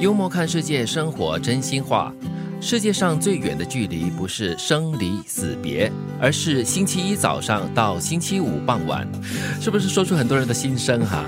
幽默看世界，生活真心话。世界上最远的距离不是生离死别，而是星期一早上到星期五傍晚，是不是说出很多人的心声 哈、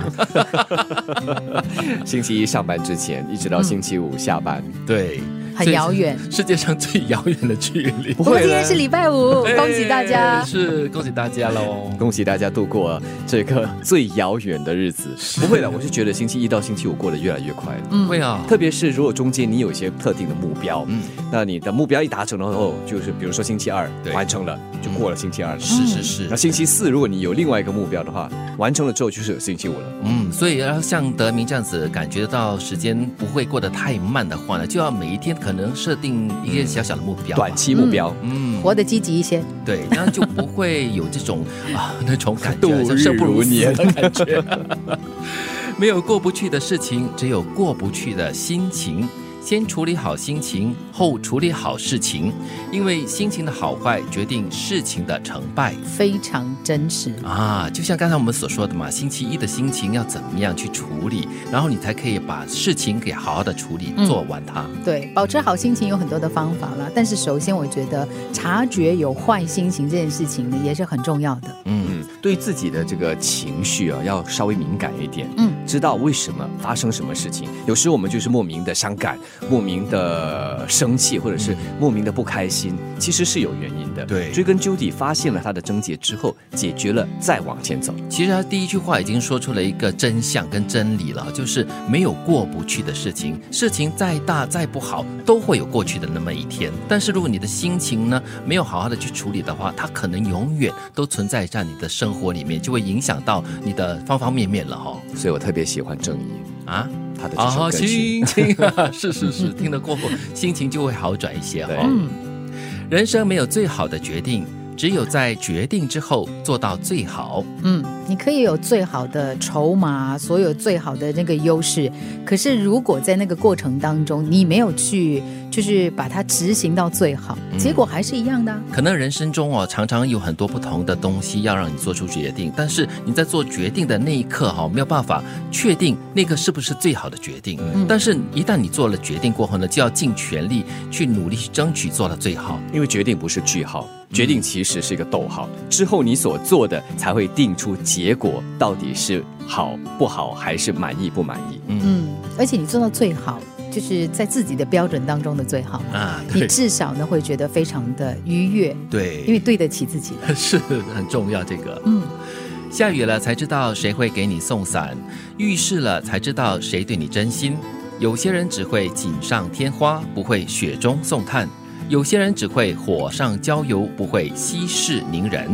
星期一上班之前，一直到星期五下班。对，很遥远。世界上最遥远的距离。不过今天是礼拜五，哎 恭喜大家。是恭喜大家喽！恭喜大家度过这个最遥远的日子。不会的，我是觉得星期一到星期五过得越来越快了。嗯会啊，特别是如果中间你有一些特定的目标，嗯嗯，那你的目标一达成了后，就是比如说星期二对完成了，就过了星期二。嗯是是是那，星期四，如果你有另外一个目标的话，完成了之后就是有星期五了。嗯，所以要像德明这样子感觉到时间不会过得太慢的话呢，就要每一天可能设定一些小小的目标，啊短，期目标，嗯，活得积极一些，对，那就不会有这种啊那种感觉，度好像生不如日如死年的感觉。没有过不去的事情，只有过不去的心情。先处理好心情，后处理好事情，因为心情的好坏决定事情的成败。非常真实。啊，就像刚才我们所说的嘛，星期一的心情要怎么样去处理，然后你才可以把事情给好好的处理，嗯做完它。对，保持好心情有很多的方法啦，但是首先我觉得察觉有坏心情这件事情呢，也是很重要的。嗯，嗯，对自己的这个情绪啊，要稍微敏感一点，嗯，知道为什么发生什么事情。有时候我们就是莫名的伤感，莫名的生气，或者是莫名的不开心，其实是有原因的。对追根究底，发现了他的症结之后，解决了，再往前走。其实他第一句话已经说出了一个真相跟真理了，就是没有过不去的事情，事情再大再不好，都会有过去的那么一天。但是如果你的心情呢没有好好的去处理的话，它可能永远都存在在你的生活里面，就会影响到你的方方面面了哈、所以我特别喜欢郑怡哦。啊。他的这首啊，歌曲。心情啊，是是是，听了过后心情就会好转一些哈、对嗯，人生没有最好的决定，只有在决定之后做到最好。嗯，你可以有最好的筹码，所有最好的那个优势。可是如果在那个过程当中，你没有去就是把它执行到最好，嗯结果还是一样的啊、可能人生中哦，常常有很多不同的东西要让你做出决定，但是你在做决定的那一刻哈、没有办法确定那个是不是最好的决定。嗯但是，一旦你做了决定过后呢，就要尽全力去努力去争取，做到最好。因为决定不是句号，嗯决定其实是一个逗号，之后你所做的才会定出结果到底是好不好，还是满意不满意。嗯，而且你做到最好，就是在自己的标准当中的最好。啊，嗯你对至少呢会觉得非常的愉悦，对，因为对得起自己。 是很重要这个。嗯，下雨了才知道谁会给你送伞，遇事了才知道谁对你真心。有些人只会锦上添花，不会雪中送炭；有些人只会火上浇油，不会息事宁人。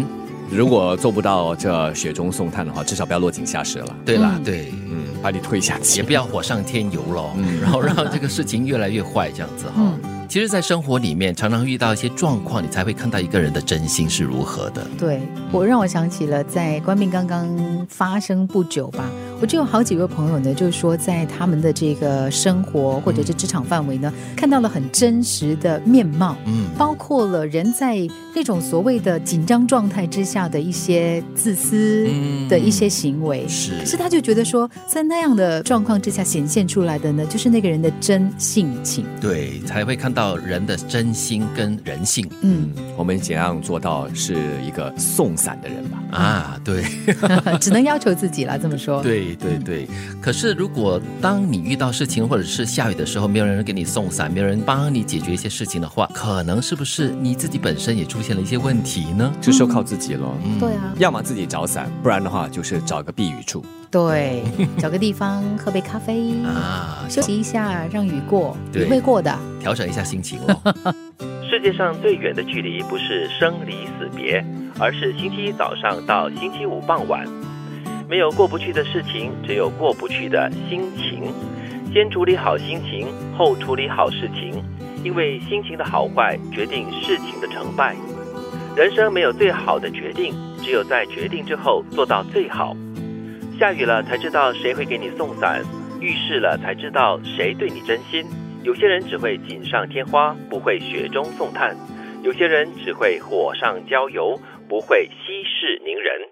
如果做不到这雪中送炭的话，至少不要落井下石了。对啦，嗯对，嗯，把你推下去也。不要火上添油喽，然后让这个事情越来越坏这样子哈、嗯其实，在生活里面，常常遇到一些状况，你才会看到一个人的真心是如何的。对我让我想起了在官兵刚刚发生不久吧，我就有好几位朋友呢，就是说在他们的这个生活或者是职场范围呢，看到了很真实的面貌，嗯，包括了人在那种所谓的紧张状态之下的一些自私嗯的一些行为。是可是他就觉得说，在那样的状况之下显现出来的呢，就是那个人的真性情。对，才会看到人的真心跟人性嗯，我们怎样做到是一个送伞的人吧？啊。对， 只能要求自己了。这么说，对，对，对。可是，如果当你遇到事情或者是下雨的时候，没有人给你送伞，没有人帮你解决一些事情的话，可能是不是你自己本身也出现了一些问题呢？这时候靠自己咯。嗯对啊，要么自己找伞，不然的话就是找个避雨处。对，找个地方喝杯咖啡，啊，休息一下，让雨过，对雨会过的。调整一下心情哦。 世界上最远的距离不是生离死别，而是星期一早上到星期五傍晚。没有过不去的事情，只有过不去的心情。先处理好心情，后处理好事情，因为心情的好坏决定事情的成败。人生没有最好的决定，只有在决定之后做到最好。下雨了才知道谁会给你送伞，遇事了才知道谁对你真心。有些人只会锦上添花，不会雪中送炭；有些人只会火上浇油，不会息事宁人。